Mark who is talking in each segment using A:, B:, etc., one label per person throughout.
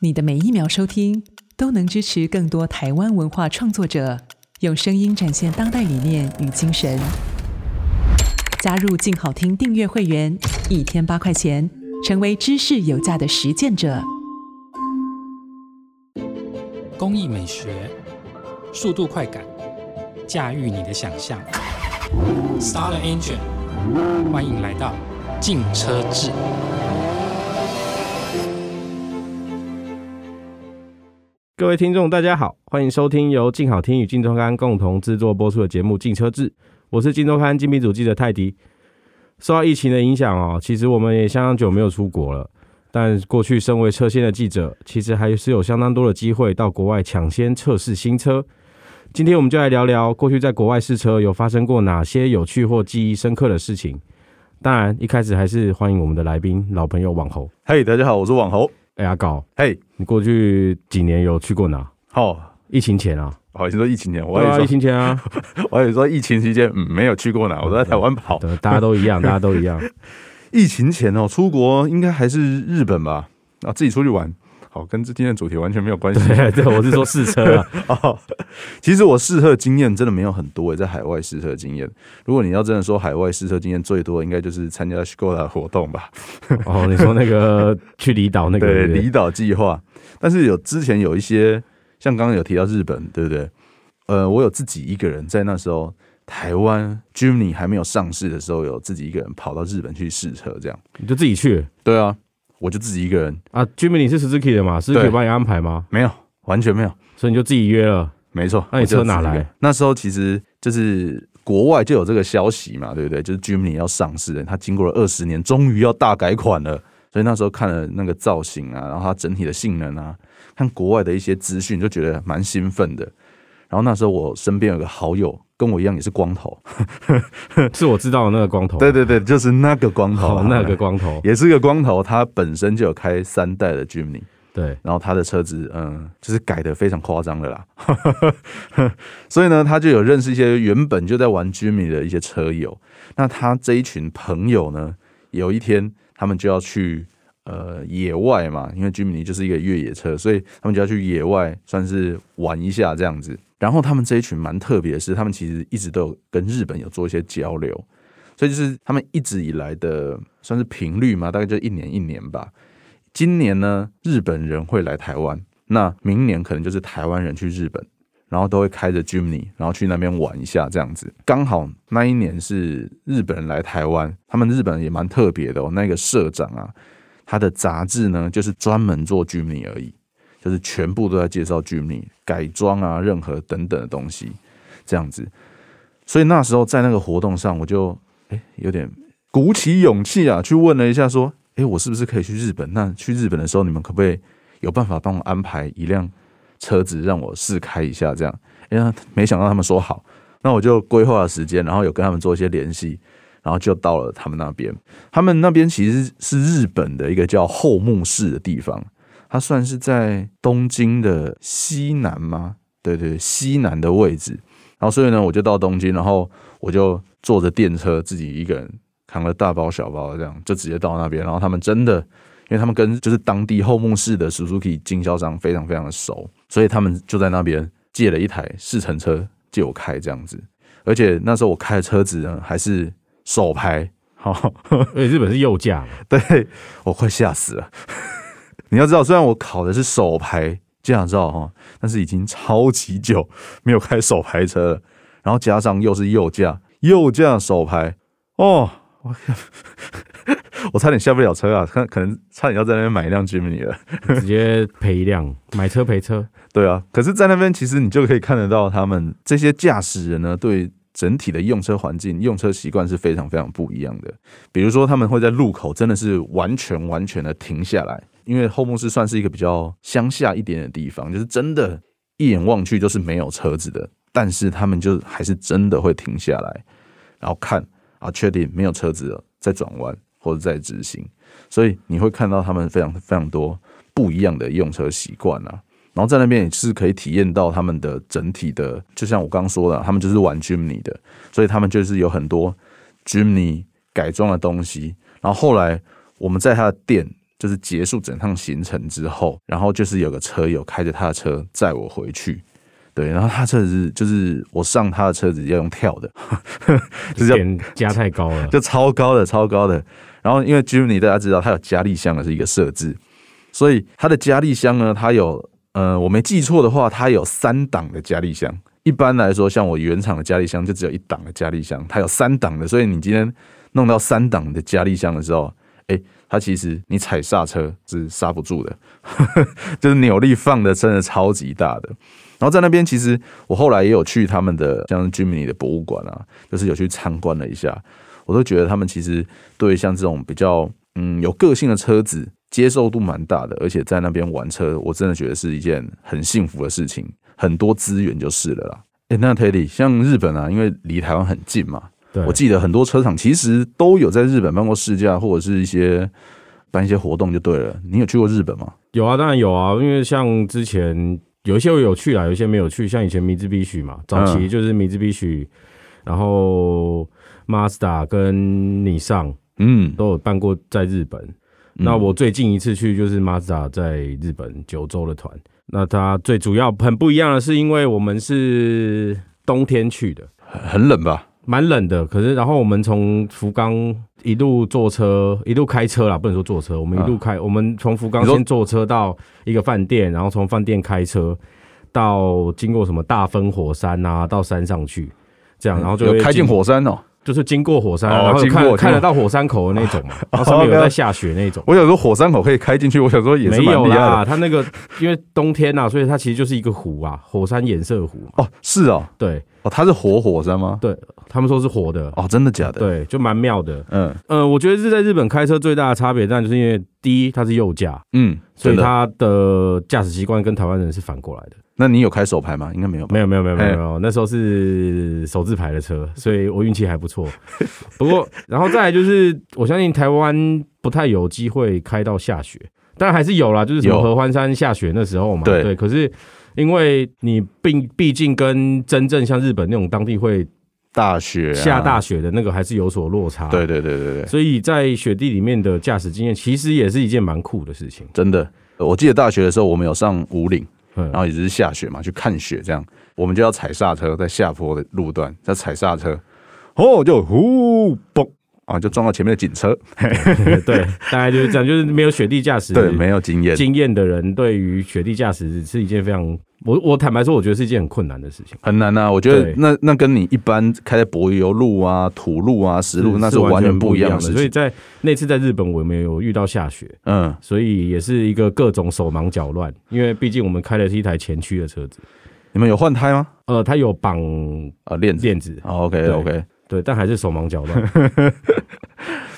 A: 你的每一秒收听都能支持更多台湾文化创作者，用声音展现当代理念与精神。加入静好听订阅会员，一天八块钱，成为知识有价的实践者。
B: 工艺美学、速度快感、驾驭你的想象。Start the engine，欢迎来到静车志。
C: 各位听众，大家好，欢迎收听由静好听与静周刊共同制作播出的节目《静车志》，我是静周刊精品组记者泰迪。受到疫情的影响哦，其实我们也相当久没有出国了。但过去身为车线的记者，其实还是有相当多的机会到国外抢先测试新车。今天我们就来聊聊过去在国外试车有发生过哪些有趣或记忆深刻的事情。当然，一开始还是欢迎我们的来宾老朋友网红。
D: 嘿大家好，我是网猴。
C: 哎，阿搞，
D: 嘿、
C: 你过去几年有去过哪？
D: 好、
C: 疫情前啊，
D: 好，你说疫情前，我
C: 对啊，
D: 还以
C: 疫
D: 为说，
C: 情前啊，
D: 我还以为说疫情期间，嗯，没有去过哪，我都在台湾跑。
C: 对，大家都一样， 大家都一样。
D: 疫情前哦，出国应该还是日本吧？啊，自己出去玩，好，跟今天的主题完全没有关系。
C: 对对，我是说试车啊，
D: 哦，其实我试车经验真的没有很多诶，欸在海外试车经验。如果你要真的说海外试车经验最多，应该就是参加 Skoda 的活动吧？
C: 哦，你说那个去离岛那个，
D: 对，
C: 不
D: 离岛计划。但是有之前有一些，像刚刚有提到日本，对不对？呃，我有自己一个人在那时候台湾 Jimny 还没有上市的时候，有自己一个人跑到日本去试车，这样。
C: 你就自己去
D: 对啊，我就自己一个人，
C: 啊。Jimmy，你是 Suzuki 的嘛？Suzuki
D: 对
C: 有帮你安排吗？
D: 没有，完全没有，
C: 所以你就自己约 了。
D: 没错。
C: 那你
D: 我就
C: 车哪
D: 自己一个
C: 来
D: 人？那时候其实就是国外就有这个消息嘛，对不对？就是 Jimny 要上市了，它经过了二十年，终于要大改款了。所以那时候看了那个造型啊，然后它整体的性能啊，看国外的一些资讯，就觉得蛮兴奋的。然后那时候我身边有个好友，跟我一样也是光头，
C: 哦是我知道的那个光头，啊
D: 对，对对，就是那个光头啊、
C: 哦，那个光头，
D: 也是个光头，他本身就有开三代的 Jimny，
C: 对，
D: 然后他的车子，嗯，就是改的非常夸张的啦。 所以呢，他就有认识一些原本就在玩 Jimmy 的一些车友。那他这一群朋友呢，有一天他们就要去呃野外嘛，因为 Jimmy 就是一个越野车，所以他们就要去野外，算是玩一下这样子。然后他们这一群蛮特别的是，他们其实一直都有跟日本有做一些交流，所以就是他们一直以来的算是频率嘛，大概就一年一年吧。今年呢，日本人会来台湾，那明年可能就是台湾人去日本，然后都会开着 Jimny，然后去那边玩一下这样子。刚好那一年是日本人来台湾，他们日本人也蛮特别的哦。那个社长啊，他的杂志呢就是专门做 Jimny 而已，就是全部都在介绍 Jimny 改装啊，任何等等的东西这样子。所以那时候在那个活动上，我就哎有点鼓起勇气啊，去问了一下说，哎，我是不是可以去日本？那去日本的时候，你们可不可以有办法帮我安排一辆车子让我试开一下？这样，哎呀，没想到他们说好，那我就规划了时间，然后有跟他们做一些联系，然后就到了他们那边。他们那边其实是日本的一个叫后木市的地方，它算是在东京的西南吗？对对，西南的位置。然后所以呢，我就到东京，然后我就坐着电车自己一个人扛了大包小包，这样就直接到那边。然后他们真的，因为他们跟就是当地后木市的 Suzuki 经销商非常非常的熟，所以他们就在那边借了一台试乘车借我开这样子。而且那时候我开的车子呢还是手排，好、
C: 而且日本是右驾嘛，
D: 对我快吓死了。 你要知道，虽然我考的是手排驾照哈，但是已经超级久没有开手排车了，然后加上又是右驾，右驾手排，哦， 我我差点下不了车啊，可可能差点要在那边买一辆 Jimny 了。
C: 直接赔一辆，买车赔车，
D: 对啊，可是，在那边其实你就可以看得到，他们这些驾驶人呢，对整体的用车环境、用车习惯是非常非常不一样的。比如说，他们会在路口真的是完全完全的停下来，因为后木市算是一个比较乡下一点的地方，就是真的，一眼望去就是没有车子的，但是他们就还是真的会停下来，然后看啊，确定没有车子了，再转弯或者再直行。所以你会看到他们非常非常多不一样的用车习惯啊。然后在那边也是可以体验到他们的整体的，就像我刚刚说的，他们就是玩 Jimny 的，所以他们就是有很多 Jimny 改装的东西。然后后来我们在他的店就是结束整趟行程之后，然后就是有个车友开着他的车载我回去。对，然后他车子就是我上他的车子要用跳的， 就是要
C: 点加太高了，
D: 就超高的，超高的。然后因为 Jimny 大家知道，它有加力箱的是一个设置，所以它的加力箱呢，它有呃，我没记错的话，它有三档的加力箱。一般来说，像我原厂的加力箱就只有一档的加力箱，它有三档的，所以你今天弄到三档的加力箱的时候，哎、它其实你踩刹车是刹不住的， 就是扭力放的真的超级大的。然后在那边，其实我后来也有去他们的像 Jimny 的博物馆啊，就是有去参观了一下，我都觉得他们其实对像这种比较嗯有个性的车子接受度蛮大的，而且在那边玩车，我真的觉得是一件很幸福的事情，很多资源就是了啦。诶，那 Teddy，像日本啊，因为离台湾很近嘛，
C: 对，
D: 我记得很多车厂其实都有在日本办过试驾，或者是一些办一些活动就对了。你有去过日本吗？
C: 有啊，当然有啊，因为像之前有一些我有去啦，有一些没有去，像以前米兹必须嘛，早期就是米兹必须，然后 Mazda 跟尼桑
D: 嗯，
C: 都有办过在日本。那我最近一次去就是 Mazda 在日本九州的团，那它最主要很不一样的是，因为我们是冬天去的，
D: 很很冷吧？
C: 蛮冷的，可是然后我们从福冈一路坐车，一路开车啦，不能说坐车，我们一路
D: 啊
C: 开，我们从福冈
D: 你说
C: 先坐车到一个饭店，然后从饭店开车到呃经过什么大分火山啊，到山上去，这样，然后就会
D: 嗯有开进
C: 经，
D: 火山哦。
C: 就是经过火山，
D: 哦
C: 然后
D: 经过
C: 看
D: 经过
C: 看得到火山口的那 种嘛，哦然后上面有在下雪那种。
D: 我想说火山口可以开进去，我想说也是
C: 没
D: 蛮
C: 有
D: 厉害
C: 啦，
D: 的。啊
C: 它那个因为冬天呐、啊，所以它其实就是一个湖啊，火山衍射湖嘛。
D: 哦，是哦，
C: 对
D: 哦，它是活火山吗？
C: 对，他们说是活的，
D: 哦，真的假的？，
C: 对，就蛮妙的。
D: 嗯
C: 呃，我觉得是在日本开车最大的差别，但就是因为第一它是右驾，
D: 嗯，
C: 所以
D: 真的。
C: 它的驾驶习惯跟台湾人是反过来的。
D: 那你有开手牌吗？应该没有吧？
C: 没有没有没有没有
D: 嘿
C: 没有，那时候是手自牌的车，所以我运气还不错。不过，然后再来就是，我相信台湾不太有机会开到下雪，当然还是有啦，就是什么
D: 有
C: 合欢山下雪那时候嘛，
D: 对
C: 对。可是因为你并毕竟跟真正像日本那种当地会
D: 大啊雪、啊，
C: 下大。雪的那个还是有所落差，
D: 对对对对对，
C: 所以在雪地里面的驾驶经验，其实也是一件蛮酷的事情。
D: 真的。我记得大学的时候，我们有上五岭，
C: 嗯
D: 然，后也就是下雪嘛，去看雪这样，我们就要踩刹车，在下坡的路段，在踩刹车，哦，就呼嘣啊，就撞到前面的警车。
C: 对，大概就是这样，就是没有雪地驾驶
D: 对，没有经验，
C: 经验的人，对于雪地驾驶是一件非常，我我坦白说，我觉得是一件很困难的事情，
D: 很难啊。我觉得
C: 对
D: 那那跟你一般开在柏油路啊、土路啊、石路，那
C: 是
D: 完全
C: 不
D: 不一样的事
C: 所以
D: 情。
C: 在那次在日本，我们有遇到下雪，
D: 嗯，
C: 所以也是一个各种手忙脚乱，因为毕竟我们开的是一台前驱的车子，
D: 你们有换胎吗？
C: 呃，它有绑
D: 啊，链子。
C: 链子，
D: o k OK，
C: 对，但还是手忙脚乱，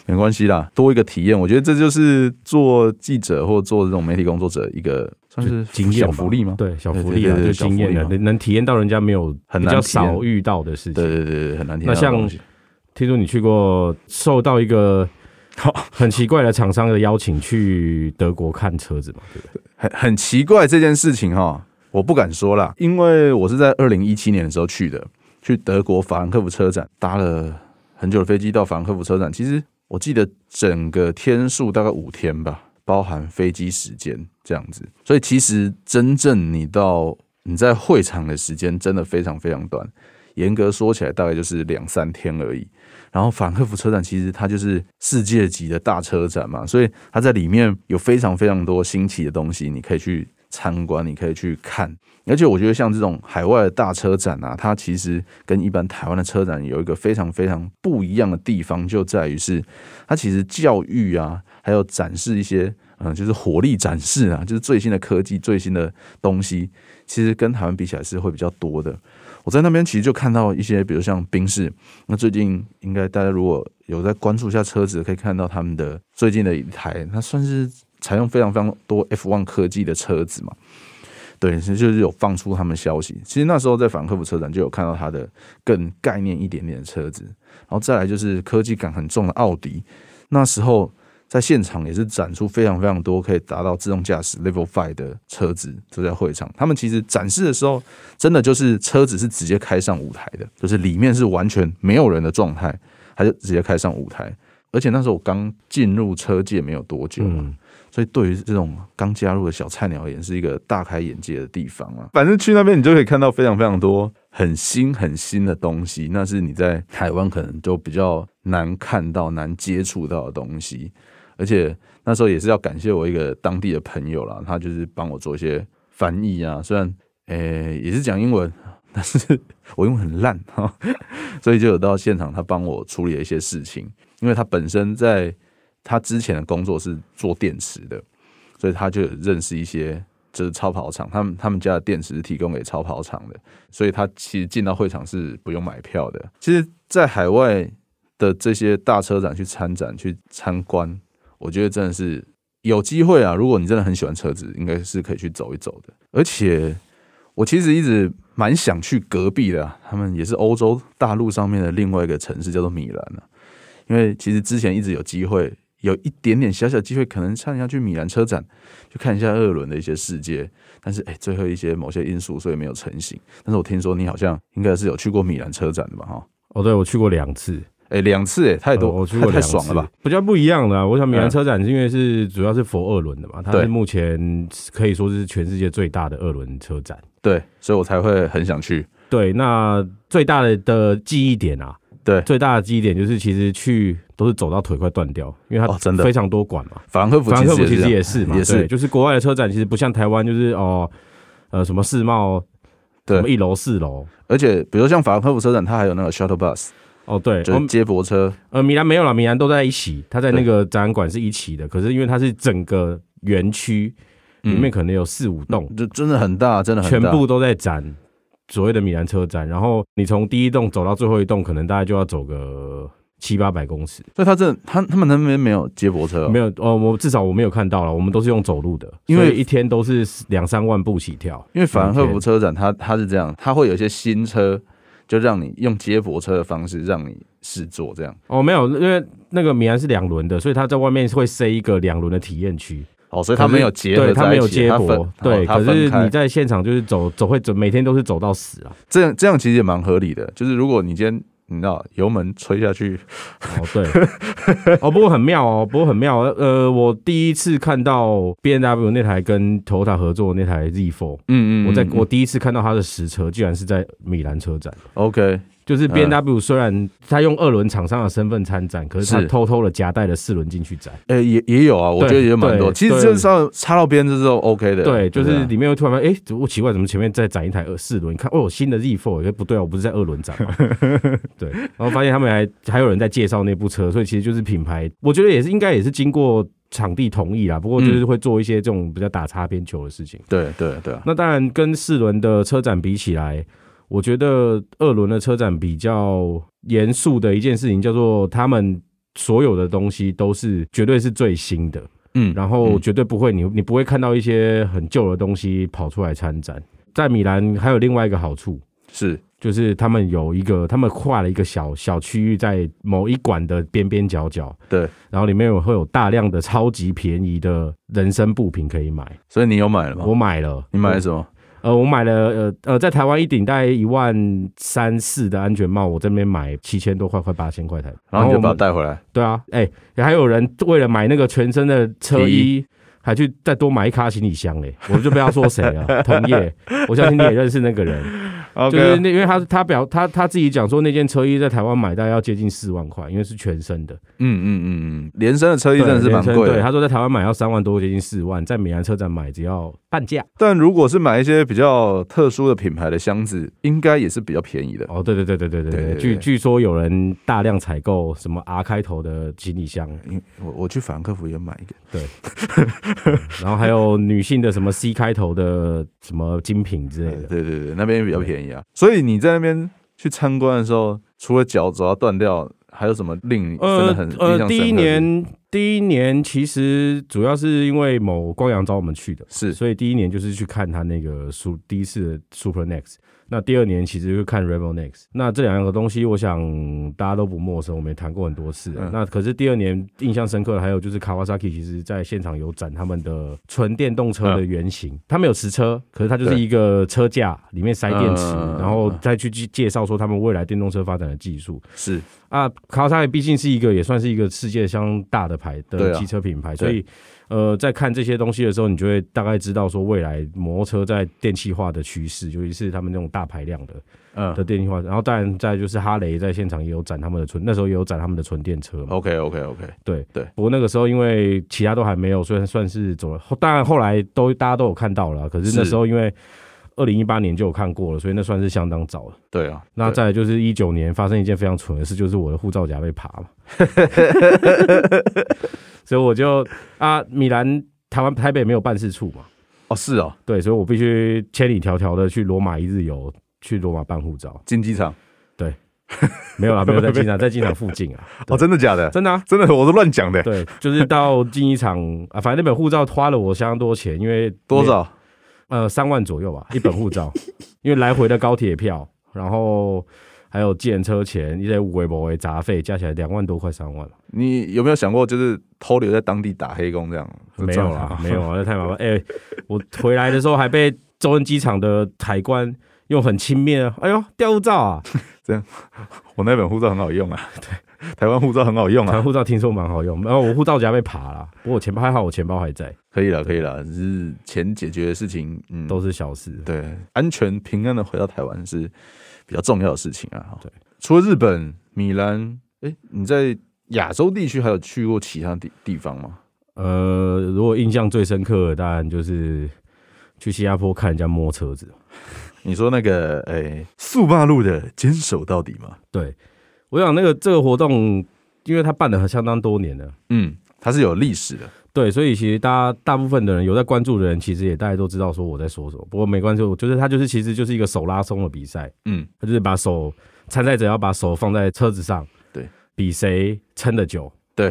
D: 没关系啦，多一个体验，我觉得这就是做记者或做这种媒体工作者一个算是
C: 经验
D: 小
C: 吧
D: 福利吗？
C: 对，小福利啊，
D: 对对对
C: 就
D: 小福
C: 经验
D: 利
C: 的，
D: 嘛
C: 能能体验到人家没有
D: 很
C: 比
D: 难
C: 较
D: 体验
C: 少遇到的事情
D: 对，对对对，很难听
C: 那
D: 到的
C: 像
D: 东西。
C: 听说你去过受到一 个很奇怪的厂商的邀请去德国看车子嘛？对不对？
D: 很很奇怪这件事情哈，我不敢说啦，因为我是在二零一七年的时候去的，去德国法兰克福车展，搭了很久的飞机到法兰克福车展。其实我记得整个天数大概五天吧，包含飞机时间这样子。所以其实真正你到你在会场的时间真的非常非常短，严格说起来大概就是两三天而已。然后法兰克福车展其实它就是世界级的大车展嘛，所以它在里面有非常非常多新奇的东西，你可以去参观，你可以去看。而且我觉得像这种海外的大车展啊，它其实跟一般台湾的车展有一个非常非常不一样的地方，就在于是它其实教育啊，还有展示一些嗯、呃就是火力展示啊，就是最新的科技、最新的东西，其实跟台湾比起来是会比较多的。我在那边其实就看到一些，比如像宾士，那最近应该大家如果有在关注一下车子，可以看到他们的最近的一台，它算是采用非常非常多 F1 科技的车子嘛。对，其实就是有放出他们消息。其实那时候在法兰克福车展就有看到它的更概念一点点的车子，然后再来就是科技感很重的奥迪。那时候在现场也是展出非常非常多可以达到自动驾驶 Level Five 的车子，就在会场。他们其实展示的时候，真的就是车子是直接开上舞台的，就是里面是完全没有人的状态，他就直接开上舞台。而且那时候我刚进入车界没有多久嘛，
C: 嗯，
D: 所以对于这种刚加入的小菜鸟而言，是一个大开眼界的地方啊。反正去那边你就可以看到非常非常多很新很新的东西，那是你在 台湾可能就比较难看到、难接触到的东西。而且那时候也是要感谢我一个当地的朋友啦，他就是帮我做一些翻译啊，虽然诶、也是讲英文， 但是我英文很烂 哈、所以就有到现场他帮我处理了一些事情，因为他本身在他之前的工作是做电池的，所以他就有认识一些就是超跑厂，他们他们家的电池是提供给超跑厂的，所以他其实进到会场是不用买票的。其实，在海外的这些大车展去参展去参观，我觉得真的是有机会啊！如果你真的很喜欢车子，应该是可以去走一走的。而且我其实一直蛮想去隔壁的啊、他们也是欧洲大陆上面的另外一个城市，叫做米兰啊。因为其实之前一直有机会，有一点点小小机会，可能像要去米兰车展去看一下二轮的一些世界，但是哎，最后一些某些因素，所以没有成型。但是我听说你好像应该是有去过米兰车展的吧？哈，
C: 哦，对，我去过两次，
D: 哎，两次哎，太多，
C: 哦我去过
D: 太
C: 两
D: 太爽了
C: 次
D: 吧？？
C: 比较不一样的啊、我想米兰
D: 嗯
C: 车展是因为是主要是佛二轮的嘛，它
D: 对
C: 是目前可以说是全世界最大的二轮车展。
D: 对，所以我才会很想去。
C: 对，那最大的的记忆点啊，
D: 对，
C: 最大的记忆点就是其实去都是走到腿快断掉，因为它
D: 哦真的
C: 非常多馆嘛。
D: 法兰克福
C: 法兰克福
D: 其
C: 其
D: 实
C: 实
D: 也
C: 也
D: 是
C: 是
D: 这
C: 嘛，
D: 样也
C: 对
D: 是
C: 就是国外的车展其实不像台湾，就是哦，呃，什么世贸，什么
D: 对，
C: 一楼四楼，
D: 而且比如像法兰克福车展，它还有那个 shuttle bus，
C: 哦对，
D: 就是
C: 哦
D: 接驳车，
C: 呃，米兰没有啦，米兰都在一起，它在那个展览馆是一起的，可是因为它是整个园区里
D: 嗯
C: 面可能有四五栋，
D: 就真的很大，真的很
C: 全
D: 大。
C: 部都在展所谓的米兰车展，然后你从第一栋走到最后一栋，可能大概就要走个七八百公尺，
D: 所以它这它他们那边没有接驳车哦、
C: 没有哦，我至少我没有看到了，我们都是用走路的，
D: 因为
C: 所以一天都是两三万步起跳，
D: 因为法兰克
C: 每
D: 福
C: 天
D: 车展它它是这样，它会有一些新车，就让你用接驳车的方式让你试坐这样。
C: 哦，没有，因为那个米兰是两轮的，所以它在外面会塞一个两轮的体验区。
D: 哦，所以它
C: 可是
D: 没有结
C: 对，
D: 合在一起，
C: 它没有接
D: 它
C: 驳
D: 分，
C: 对。
D: 哦它
C: 可
D: 分
C: 是
D: 开
C: 你在现场就是走走会走，每天都是走到死啊。
D: 这样这样其实也蛮合理的，就是如果你今天你知道油门吹下去，
C: 哦，对。 哦，不过很妙哦，不过很妙哦。呃，我第一次看到 B N W 那台跟 Toyota 合作的那台 Z Four，
D: 嗯
C: 我在我第一次看到它的实车，居然是在米兰车展。
D: OK
C: 就是 B N
D: 嗯
C: W 虽然它用二轮厂商的身份参展，可是它
D: 是
C: 偷偷的夹带了四轮进去展。
D: 诶、也也有啊，我觉得也有蛮多。
C: 对
D: 其实
C: 对
D: 就是稍微插到边就是 OK 的，啊
C: 对，就
D: 不
C: 是里面会突然发现，哎、怎么奇怪，怎么前面在展一台二四轮？看，哦，新的 Z Four，哎，不对啊，我不是在二轮展 嘛。对，然后发现他们还还有人在介绍那部车，所以其实就是品牌，我觉得也是应该也是经过场地同意啦，不过就是会做一些这种比较打擦边球的事情。
D: 对对对啊，
C: 那当然跟四轮的车展比起来，我觉得二轮的车展比较严肃的一件事情，叫做他们所有的东西都是绝对是最新的。
D: 嗯
C: 然后绝对不会，你你不会看到一些很旧的东西跑出来参展。在米兰还有另外一个好处，
D: 是
C: 就是他们有一个，他们划了一个小小区域在某一馆的边边角角，
D: 对，
C: 然后里面有会有大量的超级便宜的人参布品可以买。
D: 所以你有买了吗？
C: 我买了，
D: 你买了什么？
C: 呃，我买了呃呃，在台湾一顶大概一万三四的安全帽，我这边买七千多块，快八千块台币。
D: 然后你就
C: 我
D: 把它
C: 们
D: 带回来，
C: 对啊，哎、还有人为了买那个全身的车衣，还去再多买一卡行李箱哎、我就不要说谁了，同业，我相信你也认识那个 人，就是那因为他他表他他自己讲说那件车衣在台湾买大概要接近四万块，因为是全身的，
D: 嗯嗯嗯嗯，连身的车衣
C: 对
D: 真的是蛮
C: 全身
D: 贵
C: 对，
D: 的。
C: 他说在台湾买要三万多，接近四万，在米兰车展买只要半价。
D: 但如果是买一些比较特殊的品牌的箱子，应该也是比较便宜的。
C: 哦，对对对对对对
D: 对
C: 对，
D: 对对
C: 据据说有人大量采购什么 R 开头的行李箱，
D: 因我我去法兰克福也买一个，
C: 然后还有女性的什么 C 开头的什么精品之类的。
D: 嗯对对对，那边也比较便宜啊。所以你在那边去参观的时候，除了脚趾要断掉，还有什么令你真的很印象深刻的
C: 呃，第一年第一年其实主要是因为某光阳找我们去的，
D: 是
C: 所以第一年就是去看他那个苏第一次的 Super Next。那第二年其实就看 Rebel Next，那这两个东西我想大家都不陌生，我们也谈过很多次了、
D: 嗯
C: 那可是第二年印象深刻的还有就是 Kawasaki，其实在现场有展他们的纯电动车的原型，他们有实车，可是它就是
D: 嗯对
C: 一个车架里面塞电池，
D: 嗯
C: 然后再去介介绍说他们未来电动车发展的技术。
D: 是
C: 啊，卡萨也毕竟是一个也算是一个世界相当大的牌
D: 对
C: 的
D: 啊
C: 机车品牌，
D: 对
C: 所以呃，在看这些东西的时候，你就会大概知道说未来摩托车在电气化的趋势，尤其是他们那种大排量的
D: 嗯
C: 的电气化。然后当然再就是哈雷在现场也有展他们的纯，那时候也有展他们的纯电车嘛。
D: ，OK OK OK，
C: 对
D: 对
C: 不过那个时候因为其他都还没有，所以算是走了。后当然后来都大家都有看到了，可是那
D: 是
C: 时候因为二零一八年就有看过了，所以那算是相当早了。
D: 对啊，
C: 那
D: 对
C: 再来就是一九年发生一件非常蠢的事，就是我的护照夹被扒嘛，所以我就啊，米兰台湾台北没有办事处嘛，
D: 哦是哦，
C: 对，所以我必须千里迢迢的去罗马一日游，去罗马办护照，
D: 进机场
C: 没有啦，没有在机场，在机场附近啊，对
D: 哦，真的假的？
C: 真的啊、
D: 真的，我都乱讲的，
C: 对，就是到竞技场啊，反正那本护照花了我相当多钱，因为
D: 多？少？
C: 呃，三万左右吧，一本护照， 因为来回的高铁票，然后还有计程车钱，一些微博为杂费，加起来两万多，快三万了。
D: 你有没有想过，就是偷留在当地打黑工这样？
C: 没有啦，没有啊，那太麻烦。哎、我回来的时候还被周恩机场的海关用很轻蔑的，哎呦，掉护照啊！
D: 我那本护照很好用啊， 对，台湾护照很好用
C: 台湾
D: 啊，
C: 护照听说蛮好用，然后我护照夹被扒了，不过我钱包还好，我钱包还在，
D: 可以了，可以了，只是钱解决的事情，嗯，
C: 都是小事。
D: 对，安全平安的回到台湾是比较重要的事情啊。
C: 对，
D: 除了日本、米兰，哎，你在亚洲地区还有去过其他地地方吗？
C: 呃，如果印象最深刻的，当然就是去新加坡看人家摸车子。
D: 你说那个，哎，速霸路的坚守到底吗？
C: 对，我想那个这个活动，因为它办了相当多年了，
D: 嗯，它是有历史的，
C: 对，所以其实大家大部分的人有在关注的人，其实也大家都知道说我在说什么。不过没关系，我就是它就是其实就是一个手拉松的比赛，
D: 嗯，
C: 它就是把手参赛者要把手放在车子上，
D: 对，
C: 比谁撑得久，
D: 对，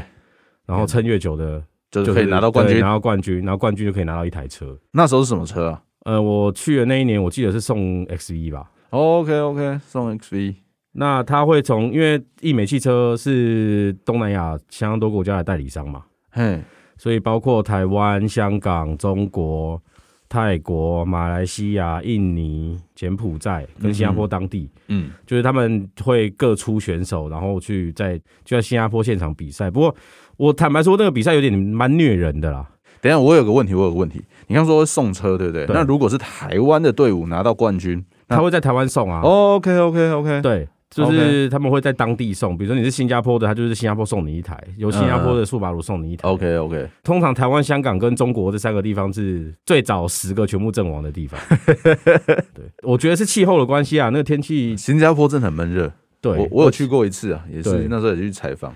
C: 然后撑越久的
D: 就
C: 就是
D: 可以拿到冠
C: 对
D: 军
C: 拿。到冠军，然后冠军就可以拿到一台车。
D: 那时候是什么车啊
C: 呃，我去的那一年，我记得是送 X 一吧，
D: ？OK OK，送 XV，
C: 那他会从，因为易美汽车是东南亚相当多国家的代理商嘛，
D: 嘿，嗯
C: 所以包括台湾、香港、中国、泰国、马来西亚、印尼、柬埔寨跟新加坡当地，
D: 嗯，
C: 就是他们会各出选手，然后去在就在新加坡现场比赛。不过我坦白说，那个比赛有点蛮虐人的啦。
D: 等一下我有个问题，我有个问题，你刚说送车对不对？
C: 对
D: 那如果是台湾的队伍拿到冠军那
C: 他会在台湾送啊，
D: ，OK OK 哦 OK，
C: 对。就是他们会在当地送，比如说你是新加坡的，他就是新加坡送你一台；由新加坡的速巴鲁送你一台。
D: OK OK，
C: 通常台湾、香港跟中国这三个地方是最早十个全部阵亡的地 方。对，我觉得是气候的关系啊，那个天气，
D: 新加坡真的很闷热，
C: 对
D: 我我有去过一次啊，也是
C: 对
D: 那时候也去采访，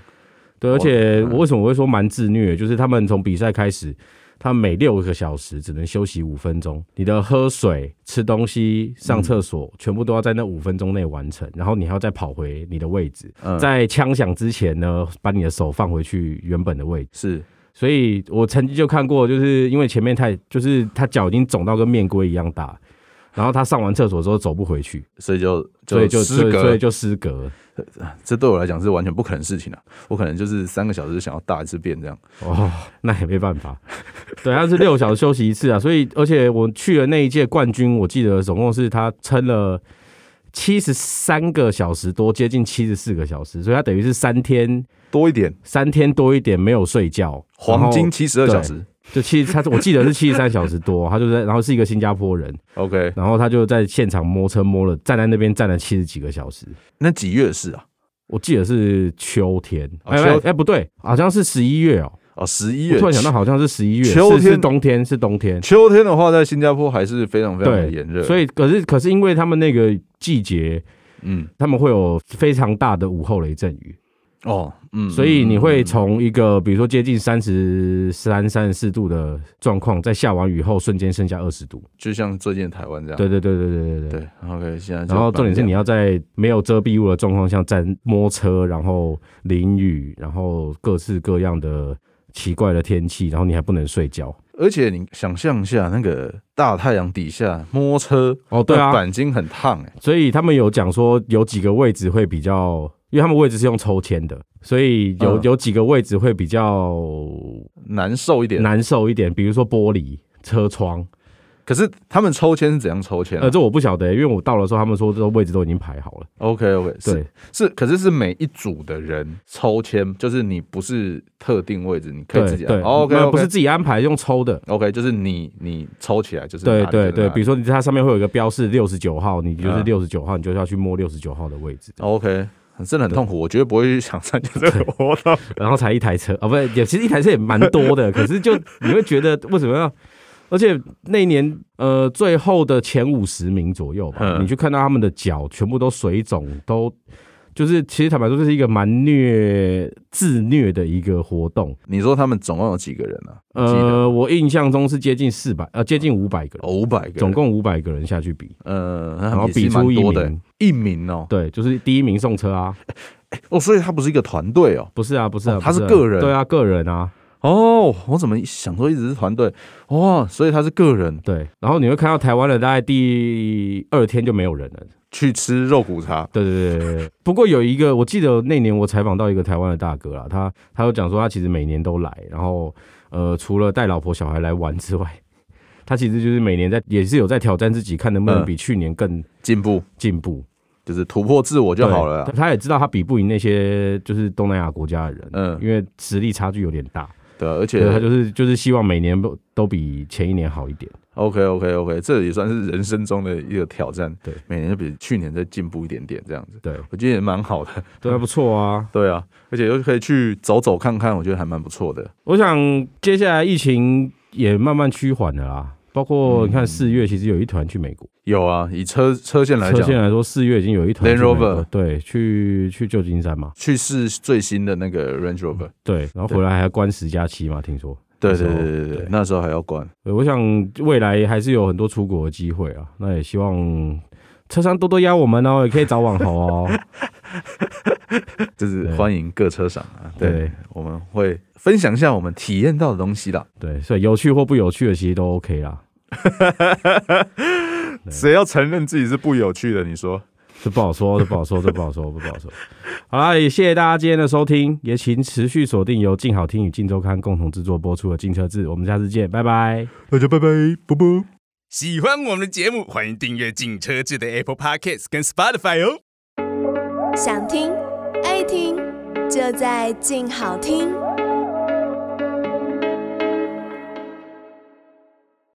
C: 对，
D: 我
C: 而且
D: 嗯
C: 我为什么我会说蛮自虐，就是他们从比赛开始，他们每六个小时只能休息五分钟，你的喝水、吃东西、上
D: 嗯
C: 厕所，全部都要在那五分钟内完成，然后你还要再跑回你的位置，
D: 嗯，
C: 在枪响之前呢，把你的手放回去原本的位置。
D: 是
C: 所以我曾经就看过，就是因为前面太，就是他脚已经肿到跟面龟一样大，然后他上完厕所之后走不回去，
D: 所以就
C: 所以就
D: 失
C: 所以所
D: 格
C: 以，就失格。
D: 这对我来讲是完全不可能的事情啊，我可能就是三个小时想要大一次便这样，
C: 哦，那也没办法。 对，他是六小时休息一次啊，所以而且我去了那一届冠军，我记得总共是他撑了七十三个小时多，接近七十四个小时，所以他等于是三天
D: 多一点，
C: 三天多一点没有睡觉，
D: 黄
C: 然
D: 金
C: 后
D: 七十二小时
C: 就七，他我记得是七十三小时多，他就在，然后是一个新加坡人。
D: ，OK，
C: 然后他就在现场摸车摸了，站在那边站了七十几个小时。
D: 那几月是啊？
C: 我记得是秋天，
D: 哦
C: 哎
D: 秋
C: 哎哎，不对，好像是十一月哦。
D: 哦，十一
C: 我
D: 月，
C: 突然想到，好像是十一月，
D: 秋
C: 是是
D: 天
C: 冬天，是冬天。
D: 秋天的话，在新加坡还是非常非常的炎热，
C: 对，所
D: 以
C: 以可是可是因为他们那个季节，
D: 嗯，
C: 他们会有非常大的午后雷阵雨，
D: 哦，嗯，
C: 所以你会从一个比如说接近三十三、三十四度的状况，在下完雨后瞬间剩下二十度。
D: 就像最近的台湾这样，
C: 对对对对对对
D: 啊对。，OK，现在就
C: 然后重点是你要在没有遮蔽物的状况下站摸车，然后淋雨，然后各式各样的奇怪的天气，然后你还不能睡觉。
D: 而且你想象一下，那个大太阳底下摸车，
C: 哦，对
D: 那
C: 啊，
D: 钣金很烫哎、
C: 所以他们有讲说有几个位置会比较，因为他们位置是用抽签的，所以有、
D: 嗯
C: 有几个位置会比较
D: 难受一点。
C: 难受一点，比如说玻璃、车窗，
D: 可是他们抽签是怎样抽签啊、
C: 呃，这我不晓得、因为我到的时候，他们说这个位置都已经排好了。
D: OK OK，是
C: 对，
D: 是，可是是每一组的人抽签，就是你不是特定位置，你可以自己哦
C: 对对
D: OK
C: 那
D: OK，
C: 不是自己安排，用抽的。
D: OK，就是你你抽起来就是
C: 对
D: 哪里
C: 对
D: 就
C: 对，
D: 哪里
C: 比如说你它上面会有一个标示六十九号，你就是
D: 嗯
C: 六十九号，你就要去摸六十九号的位置，
D: OK，真的很痛苦，我绝对不会去想参加这个活动。
C: 然后才一台车啊，不是，也其实一台车也蛮多 的，可是就你会觉得为什么要？而且那一年呃最后的前五十名左右吧，
D: 嗯
C: 你去看到他们的脚全部都水肿，都就是其实坦白说，这是一个蛮虐自虐的一个活动。
D: 你说他们总共有几个人啊？记得哦
C: 呃，我印象中是接近四百，呃，接近五百个人，
D: 五百个人，
C: 总共五百个人下去比，
D: 呃，
C: 然后
D: 那
C: 比
D: 也是蛮
C: 出一
D: 多的
C: 名，
D: 一名哦，
C: 对，就是第一名送车啊，
D: 哦，所以他不是一个团队哦。
C: 不是啊，不是啊，
D: 哦
C: 不
D: 他是
C: 啊
D: 个人
C: 对啊，个人啊，
D: 哦，我怎么想说一直是团队？哦，所以他是个人
C: 对。然后你会看到台湾的大概第二天就没有人了，
D: 去吃肉骨茶。
C: 对对对对 对。不过有一个，我记得那年我采访到一个台湾的大哥啦，他他有讲说他其实每年都来，然后呃，除了带老婆小孩来玩之外， 他其实就是每年在也是有在挑战自己，看能不能
D: 嗯
C: 比去年更
D: 进步
C: 进步。
D: 就是突破自我就好了啊
C: 对
D: 啦。
C: 他他也知道他比不赢那些就是东南亚国家的人，
D: 嗯
C: 因为实力差距有点大，
D: 对啊，而
C: 对，他
D: 且
C: 就是就是希望每年都都比前一年好一点。
D: OK OK OK，这也算是人生中的一个挑战。
C: 对，
D: 每年就比去年再进步一点点，这样子，
C: 对，
D: 我觉得也蛮好的。
C: 对，还不错啊。
D: 对啊，而且又可以去走走看看，我觉得还蛮不错的。
C: 我想接下来疫情也慢慢趋缓了啦。包
D: 嗯
C: 括你看四月，其实有一团去美国。
D: 有啊，以车车线来
C: 车
D: 讲，
C: 线来说，四月已经有一团
D: Land
C: 去美国
D: Rover
C: 对，去去旧金山嘛，
D: 去试最新的那个 Range Rover。
C: 对，然后回来还要关十加七嘛，听说。
D: 对对
C: 那时候
D: 对对对
C: 对
D: 对，那时候还要关。
C: 对，我想未来还是有很多出国的机会啊。那也希望车商多多邀我们哦，也可以找网红 哦。
D: 就是
C: 对
D: 欢迎各车厂啊，对，
C: 对
D: 我们会分享一下我们体验到的东西啦。
C: 对，所以有趣或不有趣的其实都 OK 啦，
D: 谁要承认自己是不有趣的？你说
C: 这不好说，这不好说，这不好说，这不好说。好啦，也谢谢大家今天的收听，也请持续锁定由静好听与静周刊共同制作播出的《静车志》，我们下次见，拜拜。
D: 大家拜拜，啵啵。
E: 喜欢我们的节目，欢迎订阅“进车志”的 Apple Podcast 跟 Spotify 哦。
F: 想听爱听，就在静好听。